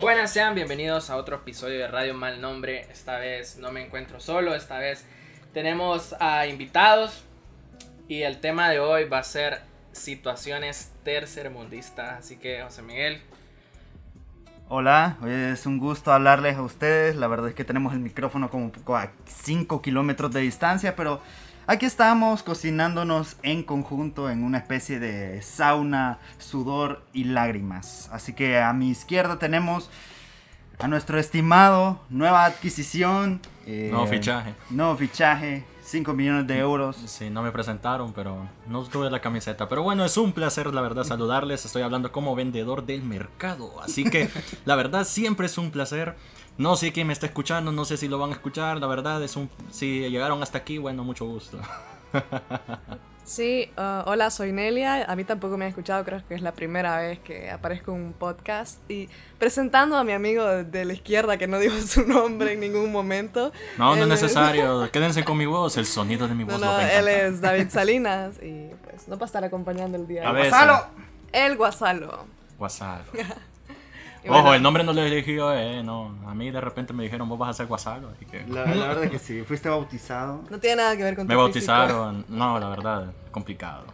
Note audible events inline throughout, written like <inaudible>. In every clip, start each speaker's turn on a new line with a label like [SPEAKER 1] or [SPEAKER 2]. [SPEAKER 1] Buenas, sean bienvenidos a otro episodio de Radio Mal Nombre. Esta vez no me encuentro solo, esta vez tenemos a invitados y el tema de hoy va a ser situaciones tercermundistas. Así que, José Miguel.
[SPEAKER 2] Hola, es un gusto hablarles a ustedes. La verdad es que tenemos el micrófono como a 5 kilómetros de distancia, pero aquí estamos cocinándonos en conjunto en una especie de sauna, sudor y lágrimas. Así que a mi izquierda tenemos a nuestro estimado, nueva adquisición. eh,
[SPEAKER 3] Nuevo fichaje.
[SPEAKER 2] Nuevo fichaje, 5 millones de euros.
[SPEAKER 3] Sí, no me presentaron, pero no tuve la camiseta. Pero bueno, es un placer, la verdad, saludarles. Estoy hablando como vendedor del mercado. Así que, la verdad, siempre es un placer. No sé quién me está escuchando, no sé si lo van a escuchar. La verdad, es un... si llegaron hasta aquí, bueno, mucho gusto.
[SPEAKER 4] Sí, ah, hola, soy Nelia. A mí tampoco me han escuchado, creo que es la primera vez que aparezco en un podcast. Y presentando a mi amigo de la izquierda, que no dijo su nombre en ningún momento.
[SPEAKER 3] No, no es
[SPEAKER 4] Él
[SPEAKER 3] necesario. Quédense con mi voz. El sonido de mi
[SPEAKER 4] <laughs> No,
[SPEAKER 3] voz lo
[SPEAKER 4] no,
[SPEAKER 3] va a
[SPEAKER 4] él
[SPEAKER 3] encantar.
[SPEAKER 4] es David Salinas y pues no va a estar acompañando el día. de
[SPEAKER 3] A
[SPEAKER 4] hoy.
[SPEAKER 3] veces.
[SPEAKER 2] ¡Gonzalo!
[SPEAKER 4] El Guasalo. <laughs>
[SPEAKER 3] Guasalo.
[SPEAKER 4] Y
[SPEAKER 3] Ojo,
[SPEAKER 4] bueno,
[SPEAKER 3] el nombre no lo elegí yo, eh, no. A mí de repente me dijeron, vos vas a ser Guasalo, así que...
[SPEAKER 2] La, la verdad es que sí, fuiste bautizado.
[SPEAKER 4] No tiene nada que ver con
[SPEAKER 3] Me
[SPEAKER 4] tu
[SPEAKER 3] bautizaron. No, la verdad, complicado.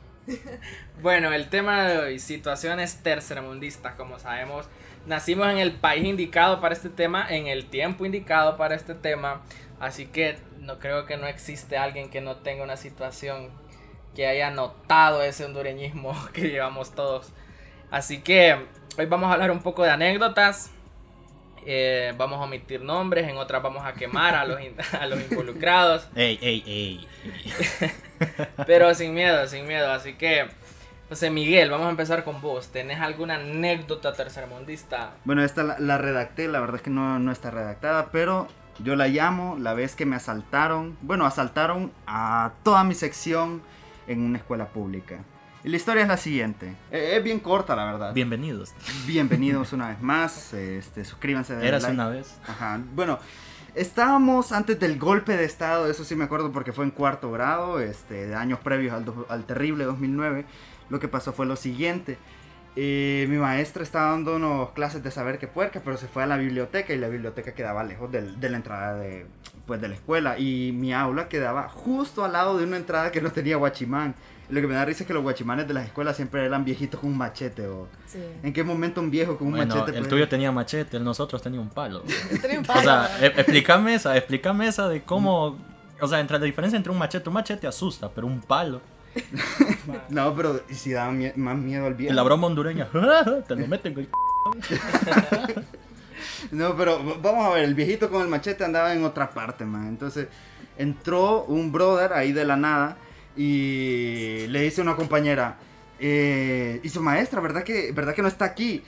[SPEAKER 1] Bueno, el tema de hoy, situaciones tercermundistas, como sabemos, nacimos en el país indicado para este tema, en el tiempo indicado para este tema, así que no creo que no existe alguien que no tenga una situación que haya notado ese hondureñismo <laughs> que llevamos todos. Así que hoy vamos a hablar un poco de anécdotas. eh, vamos a omitir nombres, en otras vamos a quemar a los, in- <laughs> a los involucrados.
[SPEAKER 3] Ey, ey, ey.
[SPEAKER 1] Pero sin miedo, sin miedo. Así que, José Miguel, vamos a empezar con vos. ¿Tenés alguna anécdota tercermundista?
[SPEAKER 2] Bueno, esta la, la redacté, la verdad es que no, no está redactada, pero yo la llamo la vez que me asaltaron. Bueno, asaltaron a toda mi sección en una escuela pública. Y la historia es la siguiente. Eh, es bien corta, la verdad.
[SPEAKER 3] Bienvenidos.
[SPEAKER 2] Bienvenidos una vez más. Este, suscríbanse. denle
[SPEAKER 3] Eras
[SPEAKER 2] like.
[SPEAKER 3] una vez.
[SPEAKER 2] Ajá. Bueno, estábamos antes del golpe de estado, eso sí me acuerdo porque fue en cuarto grado, este, de años previos al, do- al terrible 2009. Lo que pasó fue lo siguiente. eh, mi maestra estaba dando unos clases de saber qué puerca, pero se fue a la biblioteca y la biblioteca quedaba lejos del- de la entrada de, pues, de la escuela. Y mi aula quedaba justo al lado de una entrada que no tenía guachimán. Lo que me da risa es que los guachimanes de las escuelas siempre eran viejitos con un machete. O...
[SPEAKER 4] Sí.
[SPEAKER 2] ¿En qué momento un viejo con un
[SPEAKER 3] Bueno,
[SPEAKER 2] machete? pues.
[SPEAKER 3] el
[SPEAKER 2] puede-
[SPEAKER 3] tuyo tenía machete, el nosotros tenía un palo.
[SPEAKER 4] Tenía un
[SPEAKER 3] <laughs> O sea,
[SPEAKER 4] palo.
[SPEAKER 3] e- explícame esa, explícame esa de cómo... O sea, entre la diferencia entre un machete, un machete asusta, pero un palo.
[SPEAKER 2] No, pero y si daba mie- más miedo al viejo.
[SPEAKER 3] La broma hondureña, <laughs> ¡Ah, te lo meten con el c-
[SPEAKER 2] No, pero v- vamos a ver, el viejito con el machete andaba en otra parte, man. Entonces entró un brother ahí de la nada y le dice a una compañera, eh, ¿y su maestra, verdad que, verdad que no está aquí?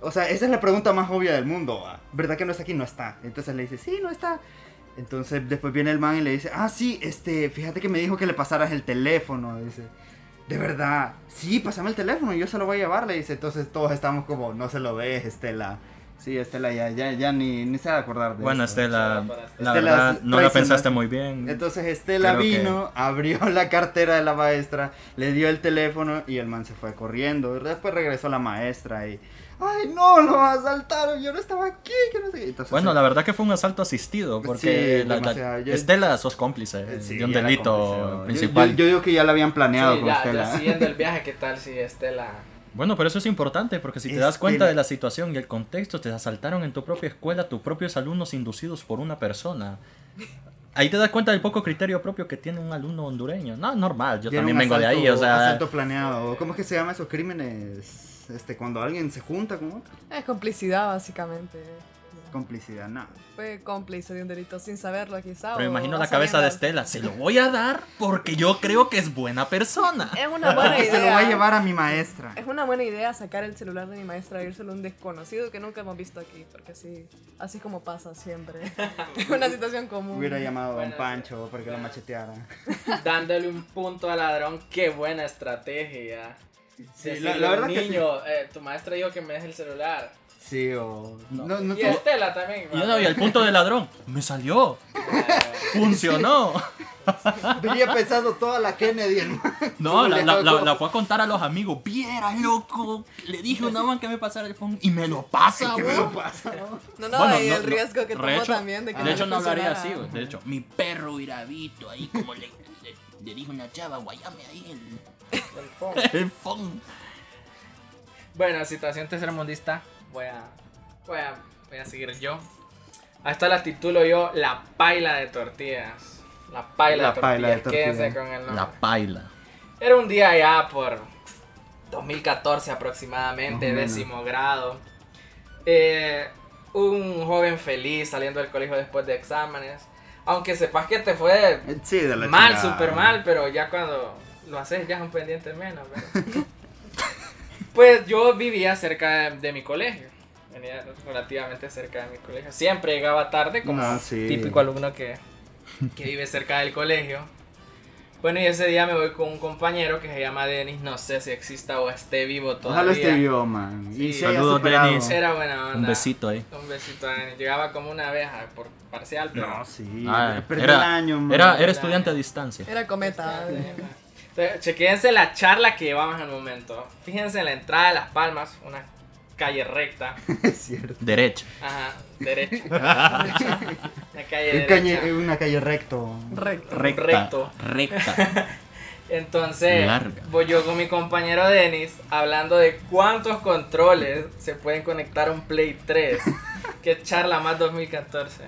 [SPEAKER 2] O sea, esa es la pregunta más obvia del mundo, ¿va? ¿verdad que no está aquí? No está. Entonces le dice, sí, no está. Entonces después viene el man y le dice, ah, sí, este, fíjate que me dijo que le pasaras el teléfono, dice. De verdad, sí, pasame el teléfono y yo se lo voy a llevar, le dice. Entonces todos estamos como, no se lo des, Estela. Sí, Estela, ya, ya, ya ni, ni se va a acordar de
[SPEAKER 3] Bueno,
[SPEAKER 2] esto.
[SPEAKER 3] Estela, la
[SPEAKER 2] Estela,
[SPEAKER 3] verdad, no la
[SPEAKER 2] traicionaste.
[SPEAKER 3] pensaste muy bien.
[SPEAKER 2] Este, Entonces Estela
[SPEAKER 3] Creo que-
[SPEAKER 2] vino, <laughs> abrió la cartera de la maestra, le dio el teléfono y el man se fue corriendo. Después regresó la maestra y, ay, no, lo asaltaron, yo no estaba aquí, que no sé qué. Entonces,
[SPEAKER 3] Bueno,
[SPEAKER 2] se-
[SPEAKER 3] la verdad que fue un asalto asistido, porque
[SPEAKER 2] Sí,
[SPEAKER 3] la- la-
[SPEAKER 2] demasiado. Yo-
[SPEAKER 3] Estela, sos cómplice
[SPEAKER 2] eh, sí,
[SPEAKER 3] de un
[SPEAKER 2] ya era
[SPEAKER 3] delito
[SPEAKER 2] complicado. Yo-
[SPEAKER 3] principal.
[SPEAKER 2] Yo, yo digo que ya la habían planeado
[SPEAKER 1] Sí,
[SPEAKER 2] con
[SPEAKER 1] ya,
[SPEAKER 2] Estela.
[SPEAKER 1] ya
[SPEAKER 2] <laughs>
[SPEAKER 1] siguiendo el viaje, ¿qué tal si Estela?
[SPEAKER 3] Bueno, pero eso es importante porque si te
[SPEAKER 2] Es
[SPEAKER 3] das cuenta
[SPEAKER 2] que-
[SPEAKER 3] de la situación y el contexto, te asaltaron en tu propia escuela tus propios alumnos inducidos por una persona. Ahí te das cuenta del poco criterio propio que tiene un alumno hondureño. No, normal, yo
[SPEAKER 2] Ya era
[SPEAKER 3] también
[SPEAKER 2] un
[SPEAKER 3] vengo de ahí,
[SPEAKER 2] asalto-
[SPEAKER 3] o sea,
[SPEAKER 2] asalto planeado. ¿Cómo es que se llaman esos crímenes? Este, cuando alguien se junta con otro.
[SPEAKER 4] Es complicidad, básicamente.
[SPEAKER 2] Complicidad, nada.
[SPEAKER 4] Fue cómplice de un delito sin saberlo, quizá.
[SPEAKER 3] pero
[SPEAKER 4] o
[SPEAKER 3] imagino
[SPEAKER 4] a
[SPEAKER 3] la cabeza de Estela,
[SPEAKER 4] sabiendas.
[SPEAKER 3] se lo voy a dar porque yo creo que es buena persona.
[SPEAKER 4] Es una
[SPEAKER 3] <laughs>
[SPEAKER 4] buena idea.
[SPEAKER 2] Se lo va a llevar a mi maestra.
[SPEAKER 4] Es una buena idea sacar el celular de mi maestra e írselo a un desconocido que nunca hemos visto aquí, porque así, así es como pasa siempre. <laughs> es una situación común.
[SPEAKER 2] Hubiera llamado a Don
[SPEAKER 1] Bueno,
[SPEAKER 2] Pancho para que lo
[SPEAKER 1] bueno.
[SPEAKER 2] macheteara.
[SPEAKER 1] Dándole un punto al ladrón, qué buena estrategia.
[SPEAKER 2] Sí,
[SPEAKER 1] Decirle
[SPEAKER 2] la,
[SPEAKER 1] a
[SPEAKER 2] la
[SPEAKER 1] un
[SPEAKER 2] verdad que sí.
[SPEAKER 1] niño, eh, tu maestra dijo que me des el celular.
[SPEAKER 2] Sí, o...
[SPEAKER 3] No.
[SPEAKER 2] No, no
[SPEAKER 1] y
[SPEAKER 2] tuvo-
[SPEAKER 1] Estela también.
[SPEAKER 3] Y
[SPEAKER 1] ¿va?
[SPEAKER 3] yo doy el punto de ladrón, me salió,
[SPEAKER 1] Ah,
[SPEAKER 2] <laughs>
[SPEAKER 3] funcionó.
[SPEAKER 2] Venía pensando toda la Kennedy, <laughs> hermano.
[SPEAKER 3] No, la, la- la-
[SPEAKER 2] Loco.
[SPEAKER 3] la fue a contar a los amigos. Vieras, loco. Le dije a una man que me pasara el phone y me lo
[SPEAKER 1] Ah,
[SPEAKER 3] pasa,
[SPEAKER 2] ¿Qué me
[SPEAKER 3] güey.
[SPEAKER 2] lo pasa? no?
[SPEAKER 4] No, no,
[SPEAKER 3] Bueno,
[SPEAKER 4] y
[SPEAKER 3] no,
[SPEAKER 4] el
[SPEAKER 3] no.
[SPEAKER 4] riesgo que
[SPEAKER 3] De
[SPEAKER 4] tomó
[SPEAKER 3] hecho-
[SPEAKER 4] también de que
[SPEAKER 3] De hecho, no hablaría
[SPEAKER 4] funcionara.
[SPEAKER 3] así, güey. De hecho, mi perro iravito ahí, como le, le, le dijo una chava, guayame ahí el, el phone.
[SPEAKER 1] Bueno, situación tercermundista, voy a, voy a, voy a seguir yo. A esta la titulo yo La Paila de Tortillas. La Paila
[SPEAKER 2] La
[SPEAKER 1] de Tortillas.
[SPEAKER 2] paila de tortillas.
[SPEAKER 1] Quédense con el nombre.
[SPEAKER 3] La paila.
[SPEAKER 1] Era un día ya por 2014 aproximadamente,
[SPEAKER 2] Más o menos.
[SPEAKER 1] décimo grado. Eh, un joven feliz saliendo del colegio después de exámenes. Aunque sepas que te fue
[SPEAKER 3] Eh,
[SPEAKER 2] Sí, de la
[SPEAKER 1] mal,
[SPEAKER 2] chingada.
[SPEAKER 1] súper mal, pero ya cuando lo haces ya es un pendiente menos. ¿verdad? pues yo vivía cerca de, de mi colegio. Venía relativamente cerca de mi colegio. Siempre llegaba tarde, como
[SPEAKER 2] No, sí.
[SPEAKER 1] típico alumno que, que vive cerca del colegio. Bueno, y ese día me voy con un compañero que se llama Denis. No sé si exista o esté vivo todavía.
[SPEAKER 2] Ojalá esté vivo, man.
[SPEAKER 1] Sí.
[SPEAKER 2] Y se haya
[SPEAKER 3] Saludos,
[SPEAKER 2] superado.
[SPEAKER 3] Denis.
[SPEAKER 1] Era buena onda.
[SPEAKER 3] Un besito ahí.
[SPEAKER 1] Un besito a Denis. Llegaba como una abeja por parcial, pero.
[SPEAKER 2] No, sí.
[SPEAKER 3] Ah,
[SPEAKER 2] Perdí el
[SPEAKER 3] era,
[SPEAKER 2] año, man.
[SPEAKER 3] era, era estudiante a distancia.
[SPEAKER 4] Era cometa.
[SPEAKER 1] Pues
[SPEAKER 4] güey.
[SPEAKER 1] Entonces, Chequense la charla que llevamos al momento. Fíjense en la entrada de Las Palmas, una calle recta,
[SPEAKER 2] <laughs> Es cierto.
[SPEAKER 3] Derecha.
[SPEAKER 1] ajá,
[SPEAKER 2] <laughs>
[SPEAKER 1] derecha. Una calle
[SPEAKER 2] Un
[SPEAKER 1] derecha.
[SPEAKER 2] cañe- una calle recto.
[SPEAKER 4] eh, Recto.
[SPEAKER 3] Recta.
[SPEAKER 1] Recto.
[SPEAKER 3] Recta.
[SPEAKER 1] Entonces,
[SPEAKER 3] Larga.
[SPEAKER 1] voy yo con mi compañero Denis hablando de cuántos controles se pueden conectar a un Play
[SPEAKER 2] <laughs>
[SPEAKER 1] 3. Qué charla más 2014.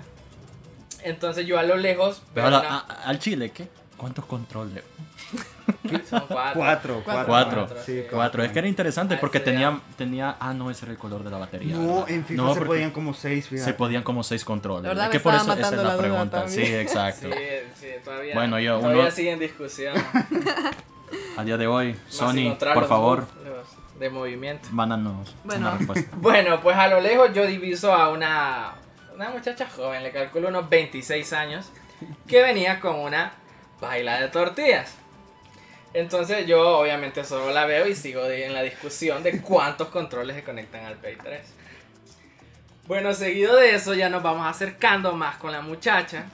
[SPEAKER 1] Entonces, yo a lo lejos,
[SPEAKER 3] Pero
[SPEAKER 1] pero
[SPEAKER 3] ahora,
[SPEAKER 1] no,
[SPEAKER 3] a- al chile, ¿qué? ¿Cuántos controles? ah,
[SPEAKER 1] son cuatro.
[SPEAKER 2] Cuatro, cuatro.
[SPEAKER 3] Cuatro.
[SPEAKER 2] Sí,
[SPEAKER 3] Cuatro. Es que era interesante
[SPEAKER 1] Ah,
[SPEAKER 3] porque
[SPEAKER 1] ese
[SPEAKER 3] tenía, tenía. Ah, no, ese era el color de la batería.
[SPEAKER 2] No,
[SPEAKER 3] ¿verdad?
[SPEAKER 2] en FIFA
[SPEAKER 3] No,
[SPEAKER 2] se
[SPEAKER 3] porque
[SPEAKER 2] podían como seis, fíjate.
[SPEAKER 3] Se podían como seis controles.
[SPEAKER 4] La verdad
[SPEAKER 3] Es
[SPEAKER 4] me
[SPEAKER 3] que por eso
[SPEAKER 4] estaba
[SPEAKER 3] esa es
[SPEAKER 4] matando
[SPEAKER 3] la
[SPEAKER 4] la duda
[SPEAKER 3] pregunta. Sí,
[SPEAKER 4] también.
[SPEAKER 1] <laughs>
[SPEAKER 3] exacto.
[SPEAKER 1] Sí, sí, todavía,
[SPEAKER 3] Bueno, yo,
[SPEAKER 1] todavía
[SPEAKER 3] uno-
[SPEAKER 1] sigue en discusión.
[SPEAKER 3] A día de hoy,
[SPEAKER 1] Más
[SPEAKER 3] Sony,
[SPEAKER 1] encontrar
[SPEAKER 3] por
[SPEAKER 1] los
[SPEAKER 3] favor,
[SPEAKER 1] mov- los de movimiento.
[SPEAKER 3] mándanos
[SPEAKER 4] Bueno.
[SPEAKER 3] una respuesta.
[SPEAKER 1] <laughs> Bueno, pues a lo lejos yo diviso a una, una muchacha joven, le calculo unos 26 años, que venía con una baila de tortillas. Entonces yo obviamente solo la veo y sigo de- en la discusión de cuántos controles se conectan al Play 3. Bueno, seguido de eso ya nos vamos acercando más con la muchacha.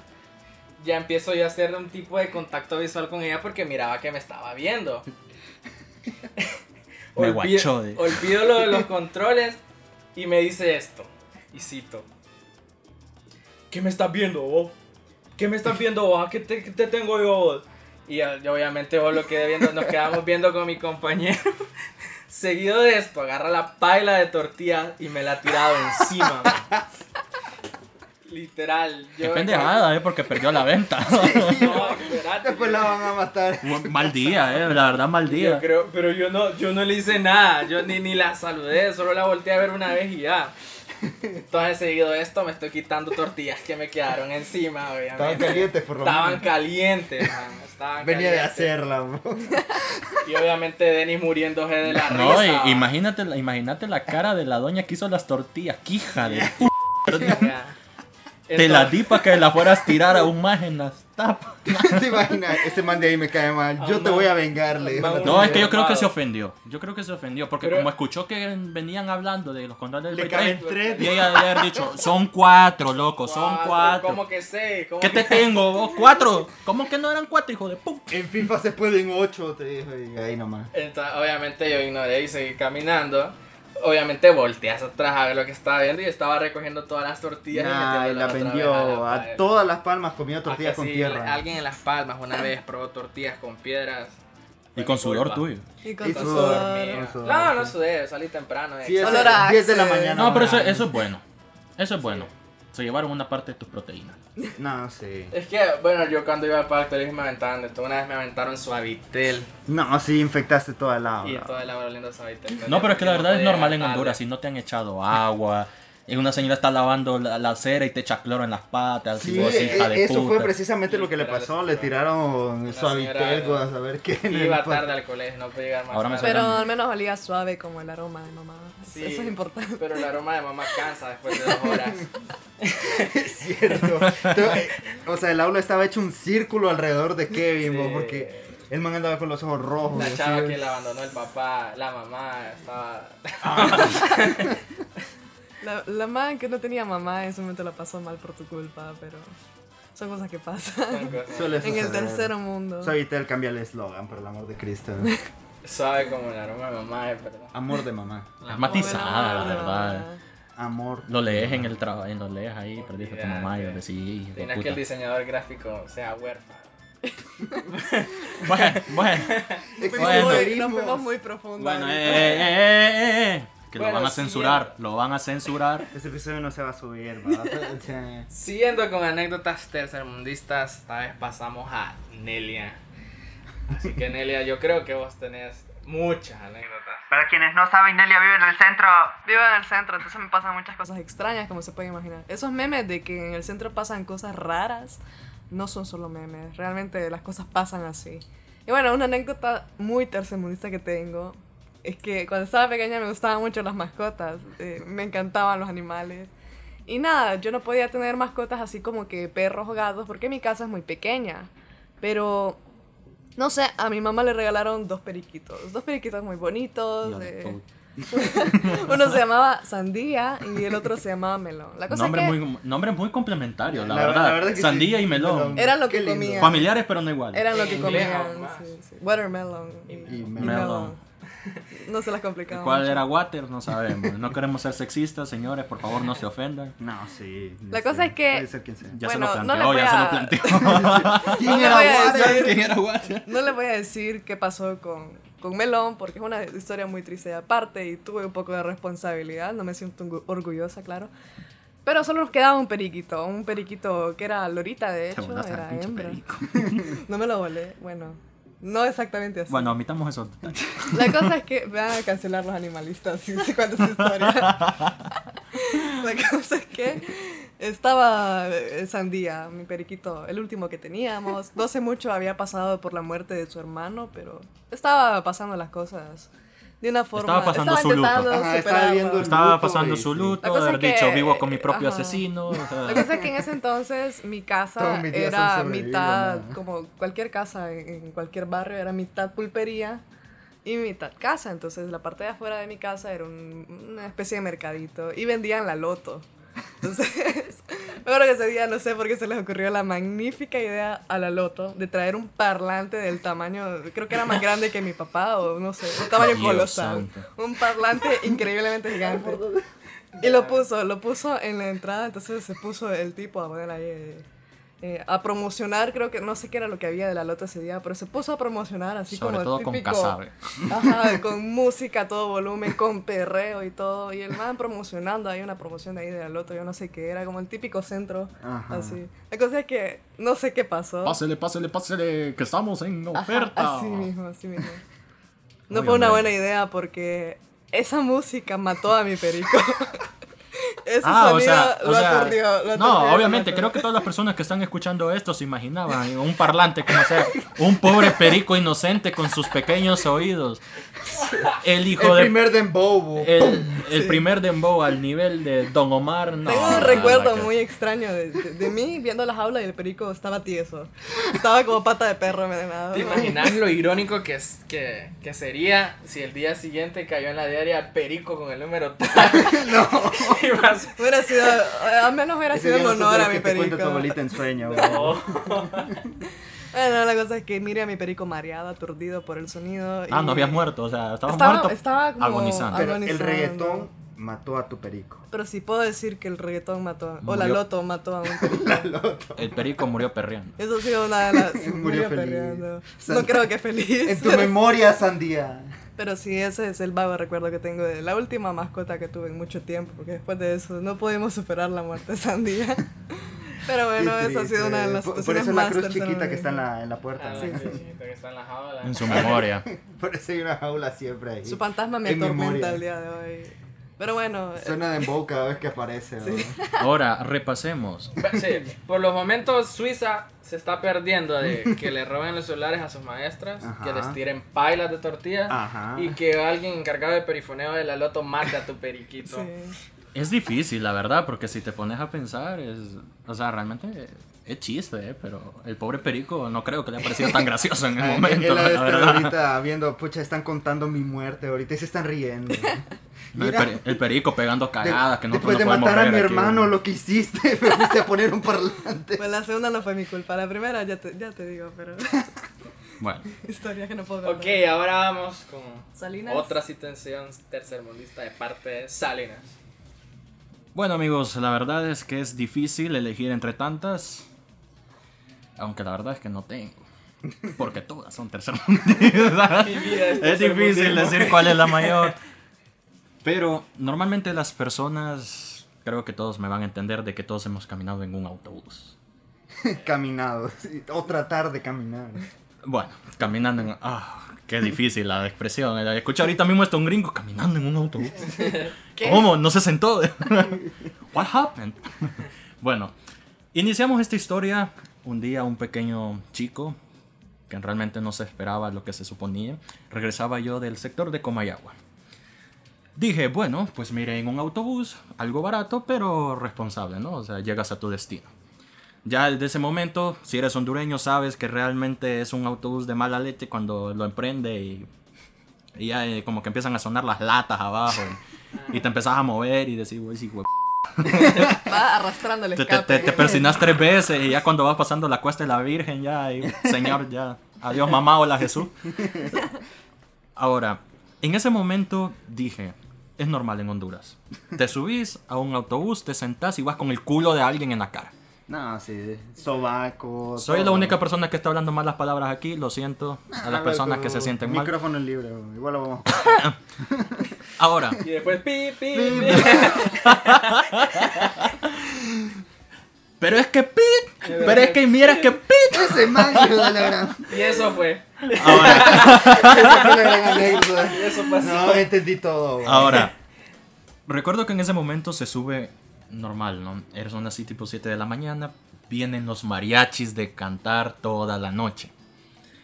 [SPEAKER 1] Ya empiezo yo a hacer un tipo de contacto visual con ella porque miraba que me estaba viendo.
[SPEAKER 3] Me
[SPEAKER 1] Olvi-
[SPEAKER 3] guachó de-
[SPEAKER 1] Olvido lo de los controles y me dice esto. Y cito. ¿Qué me estás viendo vos? ¿Qué me estás viendo vos? ¿A ¿Qué te, qué te tengo yo vos? Y ah, yo, obviamente vos lo quedé viendo,
[SPEAKER 2] <laughs>
[SPEAKER 1] nos quedamos viendo con mi compañero. <laughs> Seguido de esto, agarra la paila de tortilla y me la ha tirado encima. man. Literal.
[SPEAKER 3] Qué
[SPEAKER 1] me
[SPEAKER 3] pendejada, ¿eh? Porque perdió
[SPEAKER 1] <laughs>
[SPEAKER 3] la venta. <laughs>
[SPEAKER 1] quedé- No, espérate.
[SPEAKER 2] <laughs> Después la van a matar.
[SPEAKER 3] mal día, ¿eh? La verdad, mal
[SPEAKER 1] Yo
[SPEAKER 3] día.
[SPEAKER 1] creo- pero yo no, yo no le hice nada, yo ni, ni la saludé, solo la volteé a ver una vez y ya. Entonces, seguido de esto, me estoy quitando tortillas que me quedaron encima,
[SPEAKER 2] Estaban
[SPEAKER 1] obviamente.
[SPEAKER 2] calientes, por lo
[SPEAKER 1] Estaban
[SPEAKER 2] menos.
[SPEAKER 1] calientes, man, estaban
[SPEAKER 2] Venía de
[SPEAKER 1] calientes.
[SPEAKER 2] hacerla, bro. <laughs>
[SPEAKER 1] Y obviamente Denis muriéndose de la
[SPEAKER 3] No,
[SPEAKER 1] risa.
[SPEAKER 3] y- imagínate, la- imagínate la cara de la doña que hizo las tortillas. Quija de. p-
[SPEAKER 1] Ya.
[SPEAKER 3] Te
[SPEAKER 1] Entonces-
[SPEAKER 3] la di para que la fueras tirar aún más en las tapas.
[SPEAKER 2] ¿Te imaginas? Ese man de ahí me cae mal. Yo
[SPEAKER 1] Ah,
[SPEAKER 2] te
[SPEAKER 1] man.
[SPEAKER 2] voy a vengarle.
[SPEAKER 1] Man,
[SPEAKER 3] No, es que yo
[SPEAKER 1] Qué
[SPEAKER 3] creo que se
[SPEAKER 1] malvado.
[SPEAKER 3] ofendió. Yo creo que se ofendió porque
[SPEAKER 1] Pero-
[SPEAKER 3] como escuchó que venían hablando de los controles
[SPEAKER 2] Le
[SPEAKER 3] del
[SPEAKER 2] caen
[SPEAKER 3] Play 3
[SPEAKER 2] tres.
[SPEAKER 3] y ella debe haber dicho, son cuatro, loco, son cuatro.
[SPEAKER 1] ¿Cómo que sé? ¿Cómo
[SPEAKER 3] ¿Qué te tengo vos? ¿Cuatro? ¿Cómo que no eran cuatro, hijo de puta?
[SPEAKER 2] En FIFA se pueden ocho, te dijo. Y ahí nomás.
[SPEAKER 1] Entonces, obviamente yo ignoré y seguí caminando. Obviamente volteé hacia atrás a ver lo que estaba viendo y estaba recogiendo todas las tortillas
[SPEAKER 2] Nah,
[SPEAKER 1] y
[SPEAKER 2] y la
[SPEAKER 1] metiéndolas otra
[SPEAKER 2] vendió.
[SPEAKER 1] vez la
[SPEAKER 2] A
[SPEAKER 1] pared.
[SPEAKER 2] todas las palmas comía
[SPEAKER 1] Ah,
[SPEAKER 2] tortillas
[SPEAKER 1] que
[SPEAKER 2] con
[SPEAKER 1] sí,
[SPEAKER 2] tierra.
[SPEAKER 1] Alguien en Las Palmas una vez probó tortillas con piedras.
[SPEAKER 3] Y con sudor
[SPEAKER 1] Culpa.
[SPEAKER 3] tuyo.
[SPEAKER 4] Y con
[SPEAKER 2] Y
[SPEAKER 1] Con
[SPEAKER 4] tu
[SPEAKER 2] sudor,
[SPEAKER 4] sudor.
[SPEAKER 1] mío.
[SPEAKER 2] con sudor,
[SPEAKER 1] No,
[SPEAKER 2] sí.
[SPEAKER 1] no sudé, salí temprano. de
[SPEAKER 2] Sí, es
[SPEAKER 1] examen.
[SPEAKER 4] Olor a
[SPEAKER 2] 10 de la
[SPEAKER 4] Axe.
[SPEAKER 2] mañana.
[SPEAKER 3] No, pero eso,
[SPEAKER 2] man.
[SPEAKER 3] eso es bueno. Eso es bueno. Se llevaron una parte de tus proteínas.
[SPEAKER 2] No, sí.
[SPEAKER 1] Es que, bueno, yo cuando iba para el colegio me aventaban de todo. Una vez me aventaron suavitel
[SPEAKER 2] No, sí, infectaste toda la
[SPEAKER 1] y
[SPEAKER 2] hora.
[SPEAKER 1] todo el agua oliendo a suavitel.
[SPEAKER 3] No, pero es que la verdad es
[SPEAKER 1] podía
[SPEAKER 3] normal en
[SPEAKER 1] llegar
[SPEAKER 3] Honduras.
[SPEAKER 1] tarde.
[SPEAKER 3] Si no te han echado agua, y una señora está lavando la, la cera y te echa cloro en las patas. y
[SPEAKER 2] Sí,
[SPEAKER 3] vos,
[SPEAKER 2] eh,
[SPEAKER 3] hija de
[SPEAKER 2] eso fue
[SPEAKER 3] puta.
[SPEAKER 2] precisamente lo que le
[SPEAKER 1] Literal,
[SPEAKER 2] pasó.
[SPEAKER 1] literal.
[SPEAKER 2] Le tiraron
[SPEAKER 1] Una
[SPEAKER 2] suavitel
[SPEAKER 1] señora-
[SPEAKER 2] con a saber qué. en el
[SPEAKER 1] Iba
[SPEAKER 2] pa- <laughs>
[SPEAKER 1] tarde al colegio, no pude llegar más
[SPEAKER 3] Ahora me
[SPEAKER 1] tarde.
[SPEAKER 4] Pero al menos olía suave como el aroma de mamá.
[SPEAKER 1] Sí.
[SPEAKER 4] Eso es importante.
[SPEAKER 1] Pero el aroma de mamá cansa después de dos horas.
[SPEAKER 2] Es cierto. Entonces, eh, o sea, el aula estaba hecho un círculo alrededor de Kevin,
[SPEAKER 1] Sí.
[SPEAKER 2] bo, porque el man andaba con los ojos rojos.
[SPEAKER 1] La
[SPEAKER 2] así.
[SPEAKER 1] chava que la abandonó el papá, la mamá, estaba...
[SPEAKER 4] La, la man que no tenía mamá en ese momento la pasó mal por tu culpa, pero Son cosas que pasan
[SPEAKER 2] Suele
[SPEAKER 4] en el
[SPEAKER 2] suceder.
[SPEAKER 4] tercer mundo.
[SPEAKER 2] Soy Vitel, cambia el eslogan, por el amor de Cristo.
[SPEAKER 1] Suave como el aroma de mamá, eh, es verdad.
[SPEAKER 2] amor de mamá.
[SPEAKER 3] Es matizada, la
[SPEAKER 2] Ah.
[SPEAKER 3] verdad.
[SPEAKER 2] Amor.
[SPEAKER 3] Lo lees en el trabajo, lo lees ahí, perdiste a tu mamá y
[SPEAKER 1] Olvídate.
[SPEAKER 3] lo decís. hijo de
[SPEAKER 1] Tiene que el
[SPEAKER 3] puta.
[SPEAKER 1] diseñador gráfico sea huérfano.
[SPEAKER 3] Bueno, <laughs> bueno.
[SPEAKER 4] Bueno,
[SPEAKER 3] Bueno.
[SPEAKER 4] nos fuimos muy profundo.
[SPEAKER 3] Bueno, eh,
[SPEAKER 4] ahorita.
[SPEAKER 3] eh, eh, eh, eh, Que
[SPEAKER 1] Bueno,
[SPEAKER 3] lo van a censurar,
[SPEAKER 1] siguiente.
[SPEAKER 3] lo van a censurar.
[SPEAKER 2] Este episodio no se va <laughs> a subir, ¿verdad? Sí.
[SPEAKER 1] Siguiendo con anécdotas tercermundistas, esta vez pasamos a Nelia. Así que Nelia, yo creo que vos tenés muchas anécdotas.
[SPEAKER 2] Para quienes no saben, Nelia vive en el centro.
[SPEAKER 4] Vivo en el centro, entonces me pasan muchas cosas extrañas, como se pueden imaginar. Esos memes de que en el centro pasan cosas raras, no son solo memes, realmente las cosas pasan así. Y bueno, una anécdota muy tercermundista que tengo es que cuando estaba pequeña me gustaban mucho las mascotas, eh, me encantaban los animales. Y nada, yo no podía tener mascotas así como que perros o gatos porque mi casa es muy pequeña. Pero, no sé, a mi mamá le regalaron dos periquitos, dos periquitos muy bonitos. eh, <laughs> uno se llamaba Sandía y el otro se llamaba Melón. La cosa
[SPEAKER 3] Nombres
[SPEAKER 4] es que
[SPEAKER 3] muy, nombres muy complementarios, la,
[SPEAKER 2] La- la
[SPEAKER 3] verdad.
[SPEAKER 2] verdad es que
[SPEAKER 3] Sandía
[SPEAKER 2] sí.
[SPEAKER 3] y melón.
[SPEAKER 2] Melón.
[SPEAKER 4] era lo que
[SPEAKER 2] Qué lindo.
[SPEAKER 4] comían.
[SPEAKER 3] Familiares, pero no igual.
[SPEAKER 4] Eran lo que
[SPEAKER 1] Inglés,
[SPEAKER 4] comían.
[SPEAKER 1] además.
[SPEAKER 4] sí, sí. Watermelon. Y,
[SPEAKER 2] Y
[SPEAKER 4] y
[SPEAKER 2] melón.
[SPEAKER 4] melón. <laughs> No se las complicaba.
[SPEAKER 3] ¿Cuál
[SPEAKER 4] mucho.
[SPEAKER 3] era Water? No sabemos. No queremos ser sexistas, señores. Por favor, no se ofendan.
[SPEAKER 2] No, sí. este,
[SPEAKER 4] La cosa es que-
[SPEAKER 2] Puede ser quien sea.
[SPEAKER 3] Ya
[SPEAKER 4] Bueno,
[SPEAKER 3] se lo
[SPEAKER 4] no le
[SPEAKER 3] planteó,
[SPEAKER 4] voy
[SPEAKER 3] ya se
[SPEAKER 4] a-
[SPEAKER 3] lo planteó.
[SPEAKER 4] <laughs> No le voy a decir-
[SPEAKER 3] ¿Quién era Water?
[SPEAKER 4] No le voy a decir qué pasó con, con Melón, porque es una historia muy triste y aparte, y tuve un poco de responsabilidad, no me siento orgu- orgullosa, claro. Pero solo nos quedaba un periquito, un periquito que era lorita, de
[SPEAKER 3] Te
[SPEAKER 4] hecho,
[SPEAKER 3] volaste al
[SPEAKER 4] era
[SPEAKER 3] pinche
[SPEAKER 4] hembra.
[SPEAKER 3] perico.
[SPEAKER 4] <laughs> No me lo volé, bueno, no exactamente así.
[SPEAKER 3] Bueno, omitamos esos detalles.
[SPEAKER 4] La cosa es que me van a cancelar los animalistas si se cuenta esa historia. La cosa es que estaba eh, Sandía, mi periquito, el último que teníamos. No sé mucho había pasado por la muerte de su hermano, pero estaba pasando las cosas de una forma.
[SPEAKER 3] Estaba pasando su luto.
[SPEAKER 4] intentando
[SPEAKER 2] Ajá, estaba
[SPEAKER 4] superarlo.
[SPEAKER 2] viendo el-
[SPEAKER 3] Estaba
[SPEAKER 2] Luto,
[SPEAKER 3] pasando
[SPEAKER 2] sí,
[SPEAKER 3] su
[SPEAKER 2] sí.
[SPEAKER 4] La
[SPEAKER 3] luto,
[SPEAKER 4] cosa
[SPEAKER 3] haber
[SPEAKER 4] es que-
[SPEAKER 3] dicho vivo con mi propio
[SPEAKER 4] ajá.
[SPEAKER 3] asesino. o sea,
[SPEAKER 4] Lo que pasa es que en ese entonces mi casa
[SPEAKER 2] Ah. Todos mis días
[SPEAKER 4] era
[SPEAKER 2] han sobrevivido,
[SPEAKER 4] mitad,
[SPEAKER 2] nada.
[SPEAKER 4] como cualquier casa en en cualquier barrio, era mitad pulpería y mitad casa. Entonces la parte de afuera de mi casa era un- una especie de mercadito y vendían la loto. Entonces, <laughs> me acuerdo que ese día no sé por qué se les ocurrió la magnífica idea a la Loto de traer un parlante del tamaño, creo que era más grande que mi papá o no sé, un tamaño
[SPEAKER 3] Dios
[SPEAKER 4] colosal.
[SPEAKER 3] santo.
[SPEAKER 4] Un parlante increíblemente gigante. Y lo puso, lo puso en la entrada, entonces se puso el tipo a poner ahí, eh, eh, a promocionar, creo que no sé qué era lo que había de la Loto ese día, pero se puso a promocionar así
[SPEAKER 3] sobre
[SPEAKER 4] como
[SPEAKER 3] todo con
[SPEAKER 4] típico-
[SPEAKER 3] Casabe. <laughs>
[SPEAKER 4] Ajá, con música a todo volumen, con perreo y todo. Y el man promocionando, hay una promoción de ahí de la loto, yo no sé qué, era como el típico centro.
[SPEAKER 2] Ajá.
[SPEAKER 4] Así. La cosa es que no sé qué pasó.
[SPEAKER 3] Pásele, pásele, pásele, que estamos en
[SPEAKER 4] Ajá,
[SPEAKER 3] oferta.
[SPEAKER 4] así mismo, así mismo. No
[SPEAKER 3] Muy
[SPEAKER 4] fue una
[SPEAKER 3] hombre.
[SPEAKER 4] buena idea porque esa música mató a
[SPEAKER 3] <laughs>
[SPEAKER 4] mi perico. Ese
[SPEAKER 3] Ah,
[SPEAKER 4] sonido
[SPEAKER 3] o sea,
[SPEAKER 4] lo
[SPEAKER 3] o sea,
[SPEAKER 4] aturdió, lo aturdió,
[SPEAKER 3] no,
[SPEAKER 4] lo
[SPEAKER 3] obviamente,
[SPEAKER 4] aturdió.
[SPEAKER 3] creo que todas las personas que están escuchando esto se imaginaban un parlante como sea, un pobre perico inocente con sus pequeños oídos. El hijo
[SPEAKER 2] El
[SPEAKER 3] de Eh,
[SPEAKER 2] primer dembow.
[SPEAKER 3] el, el primer dembow al nivel de Don Omar. No,
[SPEAKER 4] Tengo un
[SPEAKER 3] nada
[SPEAKER 4] recuerdo
[SPEAKER 3] que-
[SPEAKER 4] muy extraño de, de- de mí viendo las aulas y el perico estaba tieso. Estaba como pata de perro envenenado.
[SPEAKER 1] ¿Te imaginas lo irónico que, es, que, que sería si el día siguiente cayó en la diaria Perico con el número tal? <laughs> no. Ibas
[SPEAKER 4] Hubiera sido, eh, al menos hubiera
[SPEAKER 2] Ese
[SPEAKER 4] sido
[SPEAKER 2] día
[SPEAKER 4] un
[SPEAKER 2] no
[SPEAKER 4] honor
[SPEAKER 2] supieron
[SPEAKER 4] a mi
[SPEAKER 2] que te cuenta
[SPEAKER 4] perico.
[SPEAKER 2] tu abuelita en sueño. güey.
[SPEAKER 4] Bueno, la cosa es que mire a mi perico mareado, aturdido por el sonido.
[SPEAKER 3] Ah,
[SPEAKER 4] y-
[SPEAKER 3] no habías muerto, o sea, estabas
[SPEAKER 4] Estaba-
[SPEAKER 3] muerto
[SPEAKER 4] estaba como-
[SPEAKER 3] agonizando.
[SPEAKER 2] Pero el
[SPEAKER 4] Agonizando.
[SPEAKER 2] reggaetón mató a tu perico.
[SPEAKER 4] Pero sí puedo decir que el reggaetón mató, a- o la
[SPEAKER 3] Murió.
[SPEAKER 4] loto mató a un perico.
[SPEAKER 3] El perico murió perreando.
[SPEAKER 4] Eso ha sido una de
[SPEAKER 2] <laughs>
[SPEAKER 4] las... murió
[SPEAKER 2] feliz.
[SPEAKER 4] perreando. No
[SPEAKER 2] Santa-
[SPEAKER 4] creo que feliz.
[SPEAKER 2] En tu memoria, Sandía.
[SPEAKER 4] <laughs> Pero sí, ese es el vago recuerdo que tengo de la última mascota que tuve en mucho tiempo, porque después de eso no pudimos superar la muerte de Sandía. <laughs> Pero
[SPEAKER 2] Qué
[SPEAKER 4] bueno, esa ha
[SPEAKER 2] triste.
[SPEAKER 4] sido una de las
[SPEAKER 2] Por,
[SPEAKER 4] situaciones
[SPEAKER 2] por eso la
[SPEAKER 4] más
[SPEAKER 2] cruz chiquita que
[SPEAKER 4] tercermundistas.
[SPEAKER 2] está en la, en la puerta.
[SPEAKER 3] Ah,
[SPEAKER 1] a
[SPEAKER 2] ¿no?
[SPEAKER 1] la crucita que está en la jaula.
[SPEAKER 3] En su memoria.
[SPEAKER 2] <laughs> Por eso hay una jaula siempre ahí.
[SPEAKER 4] Su fantasma me
[SPEAKER 2] En
[SPEAKER 4] atormenta
[SPEAKER 2] memoria.
[SPEAKER 4] el día de hoy. Pero bueno, eh,
[SPEAKER 2] Suena de dembow cada vez que aparece. ¿no?
[SPEAKER 3] Ahora, repasemos.
[SPEAKER 1] Sí, por los momentos Suiza se está perdiendo de que le roben los celulares a sus maestras,
[SPEAKER 2] Ajá.
[SPEAKER 1] que les tiren pailas de tortillas
[SPEAKER 3] Ah.
[SPEAKER 2] Ajá.
[SPEAKER 1] y que alguien encargado de perifoneo de la loto mate a tu periquito.
[SPEAKER 4] sí.
[SPEAKER 3] Es difícil, la verdad, porque si te pones a pensar, es. O sea, realmente. Es chiste, eh, pero el pobre Perico no creo que le haya parecido tan gracioso
[SPEAKER 2] <laughs>
[SPEAKER 3] en el
[SPEAKER 2] Ah,
[SPEAKER 3] momento.
[SPEAKER 2] Él ha de
[SPEAKER 3] la
[SPEAKER 2] estar
[SPEAKER 3] verdad.
[SPEAKER 2] ahorita viendo, pucha, están contando mi muerte ahorita y se están riendo.
[SPEAKER 3] No, el,
[SPEAKER 2] Mira,
[SPEAKER 3] peri- el Perico pegando
[SPEAKER 2] de-
[SPEAKER 3] cagadas que no
[SPEAKER 2] después
[SPEAKER 3] no
[SPEAKER 2] de
[SPEAKER 3] podemos
[SPEAKER 2] matar a
[SPEAKER 3] ver
[SPEAKER 2] mi
[SPEAKER 3] aquí,
[SPEAKER 2] hermano,
[SPEAKER 3] güey.
[SPEAKER 2] lo que hiciste, <laughs> me fuiste a poner un parlante.
[SPEAKER 4] Pues la segunda no fue mi culpa, la primera ya te, ya te digo, pero <laughs>
[SPEAKER 3] Bueno,
[SPEAKER 4] historia que no puedo
[SPEAKER 1] Ok,
[SPEAKER 4] contar.
[SPEAKER 1] ahora vamos con
[SPEAKER 4] Salinas.
[SPEAKER 1] Otra situación tercermundista de parte de Salinas.
[SPEAKER 3] Bueno amigos, la verdad es que es difícil elegir entre tantas. Aunque la verdad es que no tengo. Porque todas son <laughs> tercermundistas.
[SPEAKER 1] Mi vida es
[SPEAKER 3] es difícil
[SPEAKER 1] tercermundismo.
[SPEAKER 3] decir cuál es la mayor. Pero normalmente las personas, creo que todos me van a entender de que todos hemos caminado en un autobús.
[SPEAKER 2] Caminado, sí, o tratar de caminar.
[SPEAKER 3] Bueno, caminando en... Ah, qué difícil la expresión. Escucha ahorita mismo está un gringo caminando en un autobús.
[SPEAKER 4] ¿Qué?
[SPEAKER 3] ¿Cómo? ¿No se sentó? <laughs> What happened? <laughs> bueno, iniciamos esta historia un día un pequeño chico que realmente no se esperaba lo que se suponía. Regresaba yo del sector de Comayagua. Dije, bueno, pues miré en un autobús, algo barato, pero responsable, ¿no? O sea, llegas a tu destino. Ya desde ese momento, si eres hondureño, sabes que realmente es un autobús de mala leche cuando lo emprende y, y ya eh, como que empiezan a sonar las latas abajo y, y te empezás a mover y decís, güey, sí, güey,
[SPEAKER 4] Va arrastrando el
[SPEAKER 3] te,
[SPEAKER 4] escape.
[SPEAKER 3] te, te- te persinas tres veces y ya cuando vas pasando la cuesta de la Virgen, ya, y, Señor, ya, adiós mamá, hola Jesús. Ahora, en ese momento dije, es normal en Honduras. Te subís a un autobús, te sentás y vas con el culo de alguien en la cara.
[SPEAKER 2] No, sí, sobaco.
[SPEAKER 3] Soy
[SPEAKER 2] todo.
[SPEAKER 3] la única persona que está hablando malas palabras aquí, lo siento a
[SPEAKER 2] <laughs>
[SPEAKER 3] las
[SPEAKER 2] Ah,
[SPEAKER 3] personas
[SPEAKER 2] loco,
[SPEAKER 3] que se sienten mal.
[SPEAKER 2] Micrófono libre, bro, igual lo vamos.
[SPEAKER 3] Ahora,
[SPEAKER 1] Y después pi, pi,
[SPEAKER 2] Pi,
[SPEAKER 1] pi.
[SPEAKER 3] pero es que pit, pero es que mira que pit.
[SPEAKER 2] Ese man, hijo de la gran. <laughs>
[SPEAKER 1] Y eso fue.
[SPEAKER 3] Ahora,
[SPEAKER 2] Esa fue la gran anécdota.
[SPEAKER 1] Y eso pasó.
[SPEAKER 2] No, entendí todo. bro.
[SPEAKER 3] ahora, recuerdo que en ese momento se sube normal, ¿no? Son así tipo 7 de la mañana, vienen los mariachis de cantar toda la noche.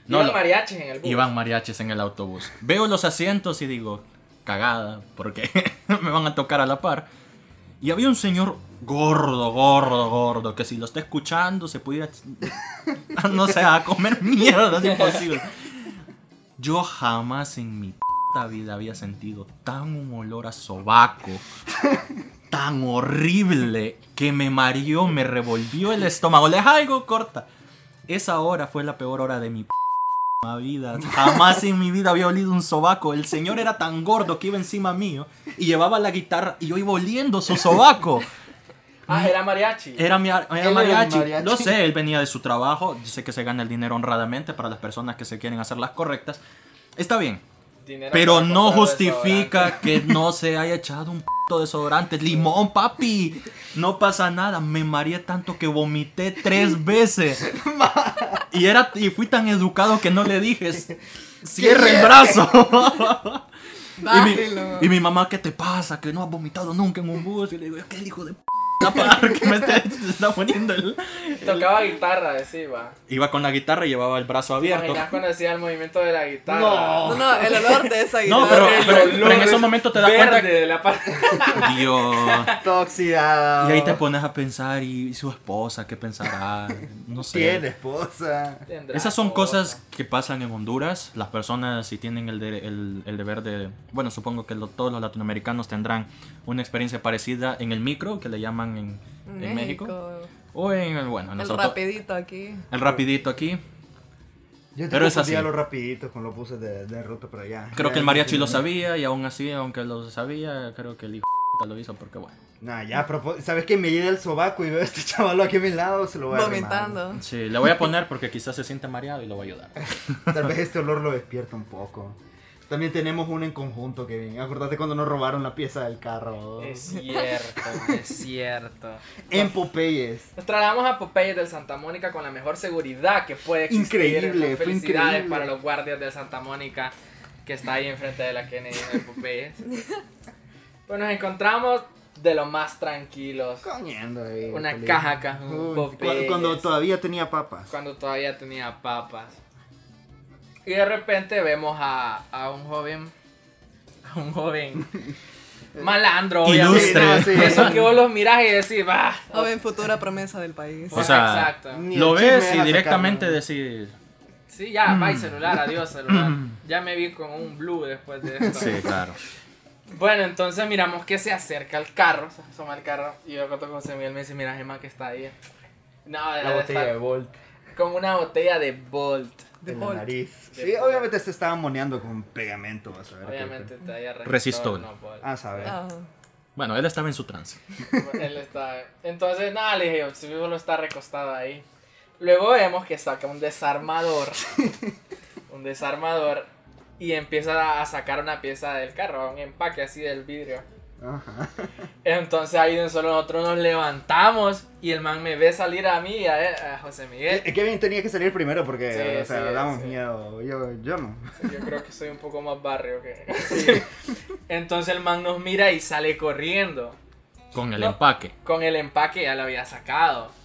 [SPEAKER 3] No,
[SPEAKER 1] Iban
[SPEAKER 3] lo-
[SPEAKER 1] mariachis en el bus.
[SPEAKER 3] Y van mariachis en el autobús. Veo los asientos y digo, cagada, porque <laughs> me van a tocar a la par. Y había un señor gordo, gordo, gordo, que si lo está escuchando se pudiera, <laughs> no sé, a comer mierda, es imposible. Yo jamás en mi puta vida había sentido tan un olor a sobaco, tan horrible, que me mareó, me revolvió el estómago. Les algo corta. Esa hora fue la peor hora de mi Ma vida. Jamás en mi vida había olido un sobaco. El señor era tan gordo que iba encima mío y llevaba la guitarra y yo iba oliendo su sobaco.
[SPEAKER 1] Ah, era mariachi.
[SPEAKER 3] Era, mi, era
[SPEAKER 2] Él era
[SPEAKER 3] mariachi.
[SPEAKER 2] mariachi.
[SPEAKER 3] No sé, él venía de su trabajo. Dice que se gana el dinero honradamente para las personas que se quieren hacer las correctas. Está bien,
[SPEAKER 1] Dinero
[SPEAKER 3] pero
[SPEAKER 1] para
[SPEAKER 3] no
[SPEAKER 1] comprar desodorante.
[SPEAKER 3] justifica que no se haya echado un puto desodorante. Limón, papi. No pasa nada. Me mareé tanto que
[SPEAKER 1] <laughs>
[SPEAKER 3] vomité tres veces. Y, era, y fui tan educado que no le
[SPEAKER 1] <laughs>
[SPEAKER 3] dije. Cierre el brazo. Y mi,
[SPEAKER 4] Bájelo.
[SPEAKER 3] y mi mamá, ¿qué te pasa? Que no has vomitado nunca en un bus. Y le digo, ¿qué hijo de p <laughs> la par que me está, se está poniendo el.
[SPEAKER 1] Tocaba guitarra, decía, va.
[SPEAKER 3] Iba con la guitarra y llevaba el brazo abierto.
[SPEAKER 1] Imaginás cuando hacía el movimiento de la guitarra.
[SPEAKER 4] No, no, el olor de esa
[SPEAKER 3] No,
[SPEAKER 4] guitarra.
[SPEAKER 3] pero,
[SPEAKER 1] El
[SPEAKER 3] pero-
[SPEAKER 1] olor
[SPEAKER 3] pero en
[SPEAKER 1] es
[SPEAKER 3] esos momentos te das cuenta
[SPEAKER 1] verde
[SPEAKER 3] que.
[SPEAKER 1] de la parte.
[SPEAKER 3] Dios.
[SPEAKER 1] <laughs>
[SPEAKER 2] Todo oxidado.
[SPEAKER 3] Y ahí te pones a pensar, y su esposa, ¿qué pensará? No sé.
[SPEAKER 2] Tiene esposa.
[SPEAKER 1] Tendrá
[SPEAKER 3] Esas son
[SPEAKER 1] cosa.
[SPEAKER 3] cosas que pasan en Honduras. Las personas si tienen el, de- el- el deber de... Bueno, supongo que lo- todos los latinoamericanos tendrán una experiencia parecida en el micro, que le llaman en,
[SPEAKER 4] En
[SPEAKER 3] en México.
[SPEAKER 4] México.
[SPEAKER 3] O en el... Bueno, en
[SPEAKER 4] El
[SPEAKER 3] nosotros-
[SPEAKER 4] rapidito aquí.
[SPEAKER 3] el rapidito aquí.
[SPEAKER 2] Yo te
[SPEAKER 3] Pero es
[SPEAKER 2] confundía
[SPEAKER 3] así.
[SPEAKER 2] los rapiditos con los buses de, de ruta para allá.
[SPEAKER 3] Creo
[SPEAKER 2] Ya,
[SPEAKER 3] que el mariachi
[SPEAKER 2] no
[SPEAKER 3] lo
[SPEAKER 2] sé.
[SPEAKER 3] sabía y aún así, aunque lo sabía, creo que el hijo de puta lo hizo porque bueno.
[SPEAKER 2] Nah, ya, a propós- ¿sabes que Me llega el sobaco y veo a este <laughs> chaval aquí a mi lado, se lo voy a
[SPEAKER 4] Vomitando.
[SPEAKER 3] Sí, le voy a poner porque quizás se siente mareado y lo va a ayudar.
[SPEAKER 2] arrimar. Tal vez este olor lo despierta un poco. También tenemos uno en conjunto, Kevin. Acordate cuando nos robaron la pieza del carro.
[SPEAKER 1] Es cierto, es cierto.
[SPEAKER 2] En Popeyes.
[SPEAKER 1] Nos trasladamos a Popeyes del Santa Mónica con la mejor seguridad que puede existir.
[SPEAKER 2] Increíble,
[SPEAKER 1] Las
[SPEAKER 2] fue
[SPEAKER 1] Felicidades
[SPEAKER 2] increíble.
[SPEAKER 1] para los guardias del Santa Mónica que está ahí enfrente de la Kennedy de
[SPEAKER 2] <laughs>
[SPEAKER 1] Popeyes. Pues nos encontramos de lo más tranquilos.
[SPEAKER 2] Comiendo ahí.
[SPEAKER 1] Una
[SPEAKER 2] feliz.
[SPEAKER 1] caja acá, un
[SPEAKER 2] Uy, cu-
[SPEAKER 1] Popeyes.
[SPEAKER 2] Cuando todavía tenía papas.
[SPEAKER 1] Cuando todavía tenía papas.
[SPEAKER 2] <laughs>
[SPEAKER 1] Y de repente vemos a, a un joven. A un joven. malandro, obviamente.
[SPEAKER 3] Ilustre.
[SPEAKER 2] Sí, no, sí.
[SPEAKER 1] Eso que vos los mirás y decís, va.
[SPEAKER 4] Joven futura promesa del país.
[SPEAKER 2] Pues,
[SPEAKER 3] O sea,
[SPEAKER 1] exacto.
[SPEAKER 2] <laughs> Ni el
[SPEAKER 3] Lo
[SPEAKER 2] chisme
[SPEAKER 3] ves
[SPEAKER 2] deja
[SPEAKER 3] y
[SPEAKER 2] sacarlo.
[SPEAKER 3] directamente decís.
[SPEAKER 1] Sí, ya,
[SPEAKER 3] Mm.
[SPEAKER 1] bye celular, adiós celular. ya me vi con un blue después
[SPEAKER 3] <laughs>
[SPEAKER 1] de esto.
[SPEAKER 3] Sí, claro.
[SPEAKER 1] Bueno, entonces miramos que se acerca al carro, se asoma al carro y yo cuento con José Miguel me dice, mira Gemma que está ahí. No, de
[SPEAKER 5] La botella de
[SPEAKER 1] estar
[SPEAKER 5] Volt.
[SPEAKER 1] como una botella de Bolt.
[SPEAKER 4] De
[SPEAKER 2] de la
[SPEAKER 4] Bolt.
[SPEAKER 2] nariz.
[SPEAKER 1] De
[SPEAKER 2] Sí,
[SPEAKER 1] Bolt.
[SPEAKER 2] obviamente se estaba moneando con pegamento, vas a ver.
[SPEAKER 1] Obviamente te haya
[SPEAKER 3] Resistol.
[SPEAKER 1] no, Bolt.
[SPEAKER 2] Ah, sabe.
[SPEAKER 4] Ah,
[SPEAKER 3] Bueno, él estaba en su trance.
[SPEAKER 1] <laughs> Él está. Entonces, nada, le dije, yo, si vivo lo está recostado ahí. Luego vemos que saca un desarmador. un desarmador. Y empieza a sacar una pieza del carro, un empaque así del vidrio.
[SPEAKER 2] Ajá.
[SPEAKER 1] Entonces ahí de un solo nosotros nos levantamos y el man me ve salir a mí y a, él- a José Miguel.
[SPEAKER 2] <laughs> Eh, Kevin tenía que salir primero porque,
[SPEAKER 1] Sí,
[SPEAKER 2] o sea,
[SPEAKER 1] sí,
[SPEAKER 2] damos
[SPEAKER 1] sí.
[SPEAKER 2] miedo. Yo, yo no.
[SPEAKER 1] Yo creo que soy un poco más barrio que... Entonces el man nos mira y sale corriendo.
[SPEAKER 3] Con el
[SPEAKER 1] No.
[SPEAKER 3] empaque.
[SPEAKER 1] con el empaque ya lo había sacado.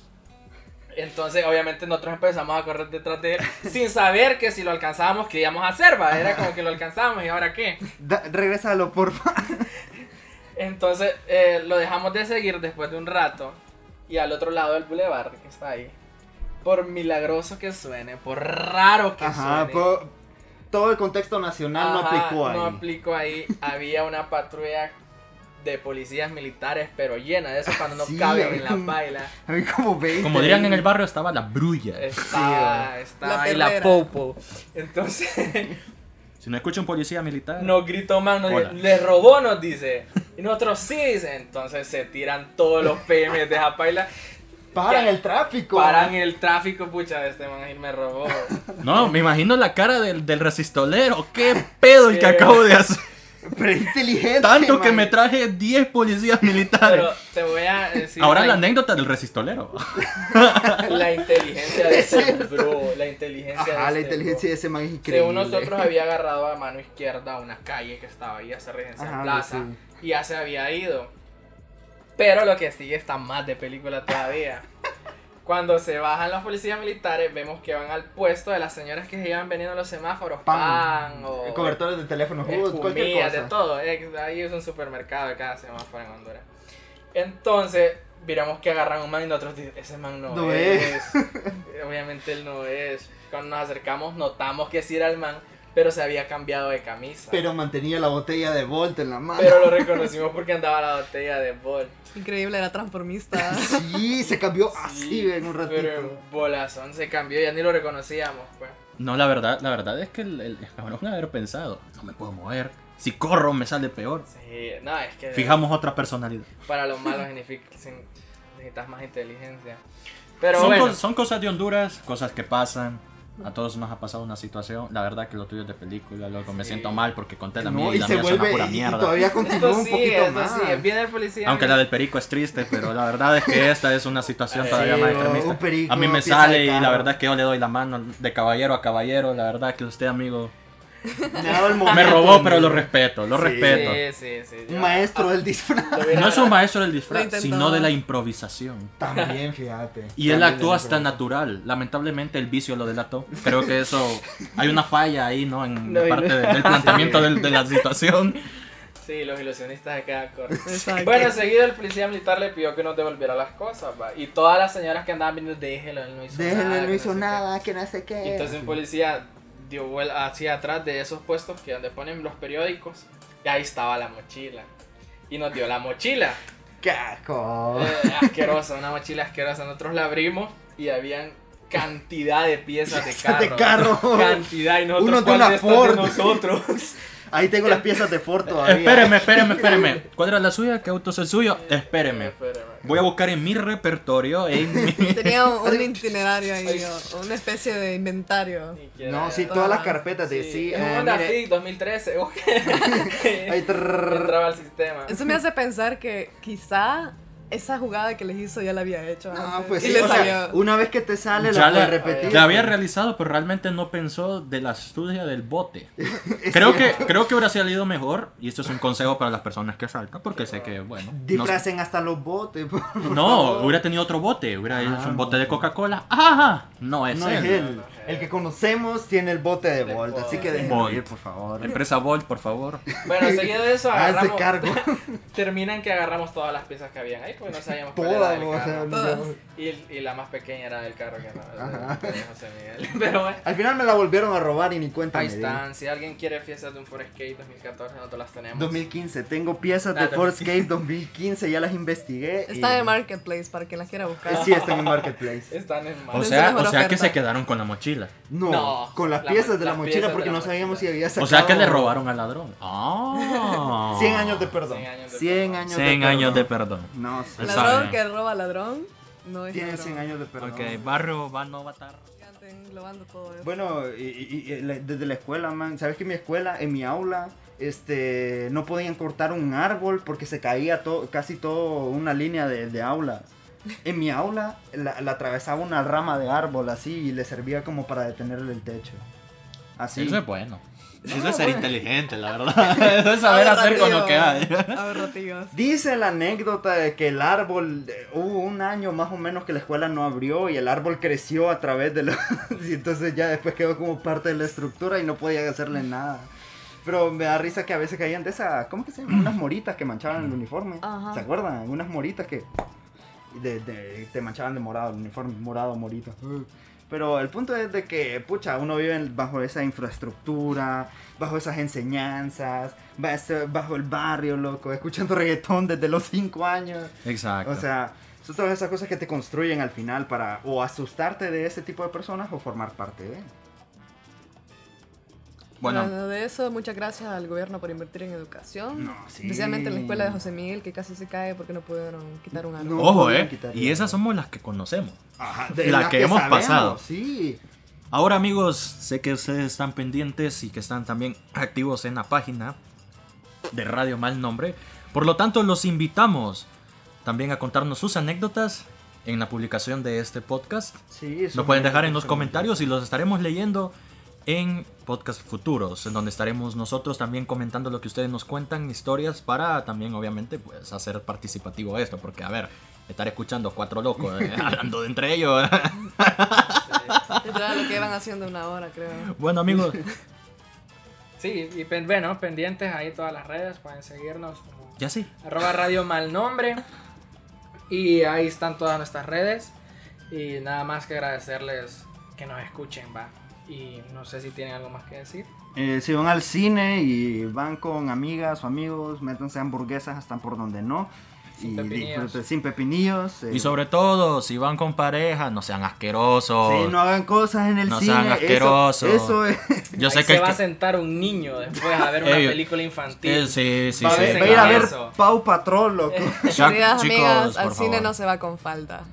[SPEAKER 1] Entonces, obviamente, nosotros empezamos a correr detrás
[SPEAKER 2] <laughs>
[SPEAKER 1] de él sin saber que si lo alcanzábamos, que íbamos a hacer? va? Era como que lo alcanzábamos y ahora qué.
[SPEAKER 2] Da, regrésalo, porfa.
[SPEAKER 1] Entonces, eh, lo dejamos de seguir después de un rato y al otro lado del boulevard que está ahí. Por milagroso que suene, por raro que
[SPEAKER 2] Ajá,
[SPEAKER 1] suene.
[SPEAKER 2] po- todo el contexto nacional no
[SPEAKER 1] Ajá,
[SPEAKER 2] aplicó ahí.
[SPEAKER 1] No aplicó ahí. Había una patrulla de policías militares, pero llena de eso cuando no
[SPEAKER 2] Sí,
[SPEAKER 1] caben
[SPEAKER 2] había
[SPEAKER 1] en la
[SPEAKER 2] un-
[SPEAKER 1] baila.
[SPEAKER 2] A mí como 20.
[SPEAKER 3] Como dirían en el barrio, estaba la brulla.
[SPEAKER 1] Estaba, estaba
[SPEAKER 4] La
[SPEAKER 1] ahí la
[SPEAKER 4] perrera.
[SPEAKER 1] popo.
[SPEAKER 3] <laughs>
[SPEAKER 1] Entonces
[SPEAKER 3] Si no escucha un policía militar.
[SPEAKER 1] nos gritó más, nos
[SPEAKER 3] Hola.
[SPEAKER 1] dice, le robó, nos dice. Y nosotros sí, dice. Entonces se tiran todos los PM de Japaila,
[SPEAKER 2] Paran
[SPEAKER 1] Ya.
[SPEAKER 2] el tráfico.
[SPEAKER 1] paran el tráfico, pucha, este man ahí me
[SPEAKER 3] <laughs>
[SPEAKER 1] robó.
[SPEAKER 3] No, me imagino la cara del, del resistolero. ¿Qué pedo el que
[SPEAKER 1] Sí.
[SPEAKER 3] acabo de hacer?
[SPEAKER 2] Pero inteligente.
[SPEAKER 3] Tanto que
[SPEAKER 2] man.
[SPEAKER 3] me traje 10 policías
[SPEAKER 1] Pero
[SPEAKER 3] militares.
[SPEAKER 1] te voy a decir
[SPEAKER 3] Ahora la
[SPEAKER 1] la,
[SPEAKER 3] anécdota del resistolero. <laughs>
[SPEAKER 1] la inteligencia
[SPEAKER 2] <laughs>
[SPEAKER 1] de este bro, la inteligencia de
[SPEAKER 2] Ajá, la
[SPEAKER 1] este
[SPEAKER 2] inteligencia
[SPEAKER 1] bro.
[SPEAKER 2] de ese man es increíble.
[SPEAKER 1] Según nosotros había agarrado a mano izquierda una calle que estaba ahí hacia Regencia
[SPEAKER 2] Ajá,
[SPEAKER 1] Plaza
[SPEAKER 2] sí.
[SPEAKER 1] y ya se había ido. Pero lo que sigue está más de película todavía. Cuando se bajan los policías militares, vemos que van al puesto de las señoras que se llevan vendiendo los semáforos, pan,
[SPEAKER 2] Pan.
[SPEAKER 1] o
[SPEAKER 2] Cobertores de teléfono,
[SPEAKER 1] eh,
[SPEAKER 2] hood, cualquier
[SPEAKER 1] comida,
[SPEAKER 2] cosa.
[SPEAKER 1] de todo. Eh, Ahí es un supermercado de cada semáforo en Honduras. Entonces, miramos que agarran un man y nosotros dice, ese man no,
[SPEAKER 2] No
[SPEAKER 1] es. <laughs> Obviamente él no es. Cuando nos acercamos notamos que sí era el man, pero se había cambiado de camisa.
[SPEAKER 2] Pero mantenía la botella de Volt en la mano.
[SPEAKER 1] Pero
[SPEAKER 2] <laughs>
[SPEAKER 1] lo reconocimos porque andaba la botella de bol.
[SPEAKER 4] increíble, era transformista.
[SPEAKER 3] <laughs>
[SPEAKER 2] Sí, se cambió así en un ratito.
[SPEAKER 1] Pero en bolazón se cambió, ya ni lo reconocíamos, pues.
[SPEAKER 3] No, la verdad, la verdad es que el, el el cabrón debe haber pensado. No me puedo mover. Si corro, me sale peor.
[SPEAKER 1] Sí, no, es que
[SPEAKER 3] Fijamos otra personalidad.
[SPEAKER 1] para los malos significa sin- necesitas más inteligencia. Pero
[SPEAKER 3] son,
[SPEAKER 1] bueno,
[SPEAKER 3] cos- son cosas de Honduras, cosas que pasan. A todos nos ha pasado una situación. La verdad que lo tuyo es de película, loco. Me
[SPEAKER 1] Sí.
[SPEAKER 3] siento mal porque conté la mía
[SPEAKER 2] No,
[SPEAKER 3] y
[SPEAKER 2] y
[SPEAKER 3] la
[SPEAKER 2] se
[SPEAKER 3] mía es una
[SPEAKER 2] vuelve
[SPEAKER 3] pura
[SPEAKER 2] y- y,
[SPEAKER 3] mierda.
[SPEAKER 2] todavía continúa
[SPEAKER 1] esto
[SPEAKER 2] un
[SPEAKER 1] sí,
[SPEAKER 2] poquito
[SPEAKER 1] esto
[SPEAKER 2] más.
[SPEAKER 1] sí, viene el policía.
[SPEAKER 3] Aunque la del perico es triste, pero la verdad es que esta es una situación
[SPEAKER 1] Sí,
[SPEAKER 3] todavía más
[SPEAKER 1] un
[SPEAKER 3] extremista.
[SPEAKER 2] perico,
[SPEAKER 3] a mí me
[SPEAKER 2] pieza de
[SPEAKER 3] sale y la
[SPEAKER 2] carro.
[SPEAKER 3] verdad es que yo le doy la mano de caballero a caballero. La verdad que usted, amigo,
[SPEAKER 2] Me, ha dado el
[SPEAKER 3] me
[SPEAKER 2] momento,
[SPEAKER 3] robó, pero
[SPEAKER 2] amigo.
[SPEAKER 3] lo respeto, lo
[SPEAKER 2] Ah, pues, Sí.
[SPEAKER 3] respeto.
[SPEAKER 1] Sí, sí, sí.
[SPEAKER 2] Un
[SPEAKER 1] ya.
[SPEAKER 2] maestro del disfraz.
[SPEAKER 1] Lo hubiera-
[SPEAKER 3] No es un maestro del
[SPEAKER 4] Lo
[SPEAKER 3] disfraz,
[SPEAKER 4] intentó.
[SPEAKER 3] sino de la improvisación.
[SPEAKER 2] También, fíjate.
[SPEAKER 3] Y él
[SPEAKER 2] También
[SPEAKER 3] actúa
[SPEAKER 2] es
[SPEAKER 3] hasta
[SPEAKER 2] diferente.
[SPEAKER 3] natural. Lamentablemente el vicio lo delató. Creo que eso. Hay una falla ahí, ¿no? En
[SPEAKER 1] No, y
[SPEAKER 3] parte
[SPEAKER 1] no-
[SPEAKER 3] de- del planteamiento del- de la situación.
[SPEAKER 1] Sí, los ilusionistas de cada corte.
[SPEAKER 4] Exacto.
[SPEAKER 1] Bueno, enseguida el policía militar le pidió que nos devolviera las cosas, va. Y todas las señoras que andaban viendo, déjelo, él no hizo nada.
[SPEAKER 2] Déjenle,
[SPEAKER 1] Ah, que
[SPEAKER 2] no hizo
[SPEAKER 1] sé qué".
[SPEAKER 2] nada, que no sé qué.
[SPEAKER 1] Y entonces un policía dio vuelta hacia atrás de esos puestos que donde ponen los periódicos. Y ahí estaba la mochila. Y nos dio la mochila.
[SPEAKER 2] Caco.
[SPEAKER 1] Eh, asquerosa, una mochila asquerosa. Nosotros la abrimos y habían cantidad de piezas de carro.
[SPEAKER 2] De carro.
[SPEAKER 1] Cantidad. Y nosotros,
[SPEAKER 2] Uno de
[SPEAKER 1] ¿cuál
[SPEAKER 2] una
[SPEAKER 1] de estas de
[SPEAKER 2] Ford. <laughs>
[SPEAKER 1] nosotros?
[SPEAKER 2] Ahí tengo las piezas de Ford todavía.
[SPEAKER 3] Espéreme, espéreme, espéreme. ¿Cuál era la suya? ¿Qué auto es el suyo? Espéreme.
[SPEAKER 1] Espéreme.
[SPEAKER 3] Voy a buscar en mi repertorio. En mi-
[SPEAKER 4] Tenía un, un itinerario ahí, o una especie de inventario.
[SPEAKER 1] Ni quiera.
[SPEAKER 2] No, sí, todas las carpetas de
[SPEAKER 1] Sí,
[SPEAKER 2] sí.
[SPEAKER 1] es
[SPEAKER 2] eh,
[SPEAKER 1] un Honda
[SPEAKER 2] mire,
[SPEAKER 1] Fit 2013.
[SPEAKER 2] <laughs>
[SPEAKER 1] ok.
[SPEAKER 2] ahí, trrr.
[SPEAKER 1] Entraba al sistema.
[SPEAKER 4] Eso me hace pensar que quizá esa jugada que les hizo ya la había hecho.
[SPEAKER 2] No,
[SPEAKER 4] antes.
[SPEAKER 2] pues
[SPEAKER 4] y
[SPEAKER 2] sí,
[SPEAKER 4] le
[SPEAKER 2] o sea,
[SPEAKER 4] salió.
[SPEAKER 2] una vez que te sale
[SPEAKER 3] Ya
[SPEAKER 2] la
[SPEAKER 3] la,
[SPEAKER 2] puedes repetir.
[SPEAKER 3] la había realizado, pero realmente no pensó de la astucia del bote.
[SPEAKER 2] <laughs> Es
[SPEAKER 3] Creo que,
[SPEAKER 2] cierto.
[SPEAKER 3] creo que hubiera salido mejor, y esto es un consejo para las personas que saltan, porque sé que, bueno. no-
[SPEAKER 2] Disfracen hasta los botes. pues. por- por
[SPEAKER 3] No,
[SPEAKER 2] favor.
[SPEAKER 3] hubiera tenido otro bote, hubiera
[SPEAKER 2] Ah,
[SPEAKER 3] hecho un bote de Coca-Cola. ¡Ajá! No es
[SPEAKER 2] No
[SPEAKER 3] él.
[SPEAKER 2] es él. El que conocemos tiene el bote de
[SPEAKER 1] De
[SPEAKER 2] Bolt, así
[SPEAKER 1] Bolt.
[SPEAKER 2] que déjenlo
[SPEAKER 3] Bolt.
[SPEAKER 2] ir, por favor.
[SPEAKER 3] Empresa Volt, por favor.
[SPEAKER 1] Bueno, seguido de
[SPEAKER 2] <laughs>
[SPEAKER 1] eso,
[SPEAKER 2] Háganse
[SPEAKER 1] agarramos.
[SPEAKER 2] cargo.
[SPEAKER 1] Terminan que agarramos todas las piezas que habían ahí, pues no sabíamos cuál era
[SPEAKER 2] Todas,
[SPEAKER 1] del
[SPEAKER 2] o sea,
[SPEAKER 1] carro.
[SPEAKER 2] no-
[SPEAKER 4] Todas.
[SPEAKER 1] Y, y la más pequeña era del carro que no.
[SPEAKER 2] Ajá.
[SPEAKER 1] de José Miguel. <laughs> Pero bueno.
[SPEAKER 2] Al final me la volvieron a robar y ni cuenta
[SPEAKER 1] Ahí
[SPEAKER 2] me di.
[SPEAKER 1] están. Si alguien quiere fiestas de un Forest Skate 2014, nosotros las tenemos.
[SPEAKER 2] 2015, tengo piezas
[SPEAKER 1] Ah, 2015.
[SPEAKER 2] de Forscape 2015, ya las investigué. y-
[SPEAKER 4] Está en el marketplace para quien las quiera buscar.
[SPEAKER 2] Eh, Sí, están en Marketplace.
[SPEAKER 1] Están en
[SPEAKER 3] O
[SPEAKER 1] mal.
[SPEAKER 4] Pensé
[SPEAKER 3] sea,
[SPEAKER 4] mejor
[SPEAKER 3] o sea que
[SPEAKER 4] oferta.
[SPEAKER 3] se quedaron con la mochila.
[SPEAKER 2] No,
[SPEAKER 1] No,
[SPEAKER 2] con las
[SPEAKER 1] la-
[SPEAKER 2] piezas de la
[SPEAKER 1] las
[SPEAKER 2] mochila
[SPEAKER 1] piezas
[SPEAKER 2] porque
[SPEAKER 1] de la
[SPEAKER 2] no sabíamos si
[SPEAKER 1] mochila.
[SPEAKER 2] había sacado.
[SPEAKER 3] O sea que le robaron al ladrón.
[SPEAKER 2] <laughs>
[SPEAKER 3] ¡Ah!
[SPEAKER 2] 100 años de perdón.
[SPEAKER 1] 100 años de
[SPEAKER 2] 100
[SPEAKER 1] perdón.
[SPEAKER 2] años de
[SPEAKER 3] 100
[SPEAKER 2] perdón.
[SPEAKER 3] años de perdón.
[SPEAKER 2] No, sí.
[SPEAKER 3] Él
[SPEAKER 4] Ladrón
[SPEAKER 3] sabe.
[SPEAKER 4] que roba ladrón. No es
[SPEAKER 2] Tiene
[SPEAKER 4] ladrón.
[SPEAKER 2] 100 años de perdón.
[SPEAKER 3] Ok, barrio va no matar.
[SPEAKER 4] Ya te englobando todo eso.
[SPEAKER 2] Bueno, y- y- y la- desde la escuela, man, ¿sabes que en mi escuela, en mi aula, este, no podían cortar un árbol porque se caía todo, casi todo una línea de, de aulas? En mi aula la, la atravesaba una rama de árbol así y le servía como para detenerle el techo. Así.
[SPEAKER 3] Eso es bueno.
[SPEAKER 2] Ah,
[SPEAKER 3] Eso es ser inteligente, la verdad. <laughs> Eso es saber hacer con lo que hay.
[SPEAKER 4] Ahorrativos.
[SPEAKER 2] Dice la anécdota de que el árbol, eh, hubo un año más o menos que la escuela no abrió y el árbol creció a través de los... <laughs> y entonces ya después quedó como parte de la estructura y no podían hacerle nada. Pero me da risa que a veces caían de esas, ¿cómo que se llaman? Unas moritas que manchaban el uniforme.
[SPEAKER 4] Ajá.
[SPEAKER 2] ¿Se acuerdan? Unas moritas que de- de- te manchaban de morado el uniforme, morado, morito. Pero el punto es de que, pucha, uno vive en- bajo esa infraestructura, bajo esas enseñanzas, ba- este- bajo el barrio, loco, escuchando reggaetón desde los 5 años.
[SPEAKER 3] Exacto.
[SPEAKER 2] O sea, son todas esas cosas que te construyen al final para o asustarte de ese tipo de personas o formar parte de él.
[SPEAKER 3] <laughs> bueno,
[SPEAKER 4] Bueno, de eso, muchas gracias al gobierno por invertir en educación.
[SPEAKER 2] No, sí.
[SPEAKER 4] Especialmente en la escuela de José Miguel, que casi se cae porque no pudieron quitar un árbol.
[SPEAKER 2] No.
[SPEAKER 3] ojo,
[SPEAKER 2] podían
[SPEAKER 3] eh.
[SPEAKER 2] quitarle
[SPEAKER 3] Y
[SPEAKER 2] la-
[SPEAKER 3] esas somos las que conocemos.
[SPEAKER 2] Ajá,
[SPEAKER 3] la
[SPEAKER 2] las
[SPEAKER 3] que hemos
[SPEAKER 2] sabemos,
[SPEAKER 3] pasado.
[SPEAKER 2] Sí.
[SPEAKER 3] Ahora amigos, sé que ustedes están pendientes y que están también activos en la página de Radio Mal Nombre. Por lo tanto, los invitamos también a contarnos sus anécdotas en la publicación de este podcast.
[SPEAKER 2] Sí,
[SPEAKER 3] Lo pueden dejar en los comentarios y los estaremos leyendo en podcast futuros, en donde estaremos nosotros también comentando lo que ustedes nos cuentan, historias, para también obviamente pues hacer participativo esto, porque a ver, estar escuchando cuatro locos
[SPEAKER 2] <laughs>
[SPEAKER 3] eh, hablando de entre ellos. <laughs>
[SPEAKER 4] Literal, lo que van haciendo una hora, creo.
[SPEAKER 3] bueno amigos,
[SPEAKER 1] Sí, y pen- bueno, pendientes ahí todas las redes, pueden seguirnos como
[SPEAKER 3] ya sí.
[SPEAKER 1] arroba radio mal nombre. Y ahí están todas nuestras redes. Y nada más que agradecerles que nos escuchen, va. Y no sé si tienen algo más que decir.
[SPEAKER 2] Eh, si van al cine y van con amigas o amigos, métanse hamburguesas, están por donde no.
[SPEAKER 1] Sin
[SPEAKER 2] y
[SPEAKER 1] pepinillos.
[SPEAKER 2] disfruten sin pepinillos. eh.
[SPEAKER 3] Y sobre todo, si van con pareja, no sean asquerosos.
[SPEAKER 2] Sí, no hagan cosas en el
[SPEAKER 3] No
[SPEAKER 2] cine.
[SPEAKER 3] sean asquerosos.
[SPEAKER 2] Eso, eso es.
[SPEAKER 3] Yo sé
[SPEAKER 1] Ahí
[SPEAKER 3] que...
[SPEAKER 1] se
[SPEAKER 3] el
[SPEAKER 1] va a
[SPEAKER 3] que-
[SPEAKER 1] sentar un niño después a
[SPEAKER 3] <laughs>
[SPEAKER 1] ver una
[SPEAKER 3] Ey,
[SPEAKER 1] película infantil.
[SPEAKER 3] eh, sí, sí,
[SPEAKER 2] <laughs> va, a
[SPEAKER 3] sí.
[SPEAKER 2] ver-
[SPEAKER 1] se
[SPEAKER 2] va a ir a ver
[SPEAKER 1] eso.
[SPEAKER 2] Pau Patrol, loco.
[SPEAKER 3] Ya,
[SPEAKER 4] Queridas
[SPEAKER 3] chicos,
[SPEAKER 4] amigas,
[SPEAKER 3] por
[SPEAKER 4] al cine
[SPEAKER 3] favor.
[SPEAKER 4] no se va con falda.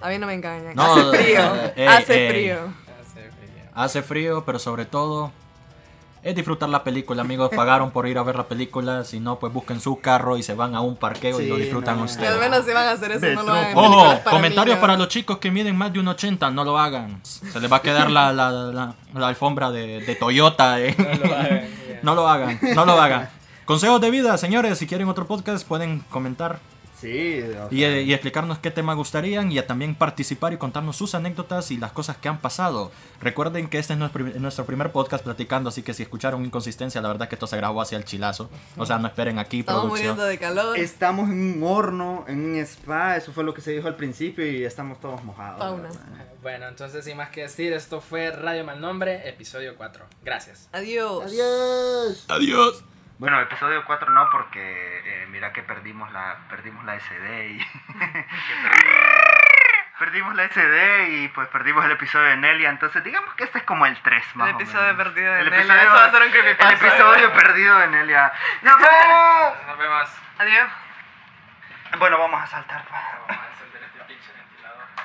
[SPEAKER 4] A mí no me engañan.
[SPEAKER 3] No,
[SPEAKER 4] hace frío.
[SPEAKER 3] eh, eh,
[SPEAKER 4] hace
[SPEAKER 3] eh.
[SPEAKER 4] frío.
[SPEAKER 1] Ah, sí, ya.
[SPEAKER 3] Hace frío, pero sobre todo es disfrutar la película, amigos. Pagaron por ir a ver la película, si no, pues busquen su carro y se van a un parqueo y
[SPEAKER 2] Sí,
[SPEAKER 3] lo disfrutan
[SPEAKER 2] no.
[SPEAKER 4] Que al
[SPEAKER 3] ustedes.
[SPEAKER 4] menos si van a hacer eso,
[SPEAKER 2] De
[SPEAKER 4] no lo hagan. en
[SPEAKER 2] truco.
[SPEAKER 3] Ojo,
[SPEAKER 4] películas para
[SPEAKER 3] comentarios
[SPEAKER 4] niños.
[SPEAKER 3] para los chicos que miden más de un 80, no lo hagan. Se les va a quedar la, la- la- la alfombra de, de Toyota. eh.
[SPEAKER 1] No lo hagan, <laughs> ya.
[SPEAKER 3] No lo hagan, no lo hagan. Consejos de vida, señores, si quieren otro podcast pueden comentar
[SPEAKER 2] <laughs> Sí, o sea,
[SPEAKER 3] y, eh, y explicarnos qué tema gustarían y a también participar y contarnos sus anécdotas y las cosas que han pasado. Recuerden que este es nuestro, prim- nuestro primer podcast platicando, así que si escucharon inconsistencia, la verdad que esto se grabó hacia el chilazo. O sea, no esperen aquí
[SPEAKER 4] Estamos
[SPEAKER 3] producción.
[SPEAKER 4] muriendo de calor.
[SPEAKER 2] estamos en un horno, en un spa. Eso fue lo que se dijo al principio y estamos todos mojados.
[SPEAKER 4] Fauna.
[SPEAKER 2] ¿verdad?
[SPEAKER 1] Bueno, entonces sin más que decir, esto fue Radio Mal Nombre, episodio 4. Gracias.
[SPEAKER 4] Adiós.
[SPEAKER 2] Adiós.
[SPEAKER 3] Adiós.
[SPEAKER 2] Bueno, episodio 4 no, porque eh, mira que perdimos la, perdimos la SD
[SPEAKER 4] <laughs>
[SPEAKER 2] y... <laughs> perdimos la SD y pues perdimos el episodio de Nelia, entonces digamos que este es como el 3 más
[SPEAKER 4] El
[SPEAKER 2] o
[SPEAKER 4] episodio
[SPEAKER 2] menos.
[SPEAKER 4] perdido de
[SPEAKER 2] El
[SPEAKER 4] Nelia,
[SPEAKER 2] episodio-
[SPEAKER 4] eso va a ser un
[SPEAKER 2] El
[SPEAKER 4] creepypasta. ¿eh?
[SPEAKER 2] episodio perdido de
[SPEAKER 4] <laughs>
[SPEAKER 2] Nelia. ¡Nos vemos!
[SPEAKER 1] Nos vemos.
[SPEAKER 4] Adiós.
[SPEAKER 2] Bueno, vamos a saltar. pues.
[SPEAKER 1] Vamos a encender este pinche ventilador.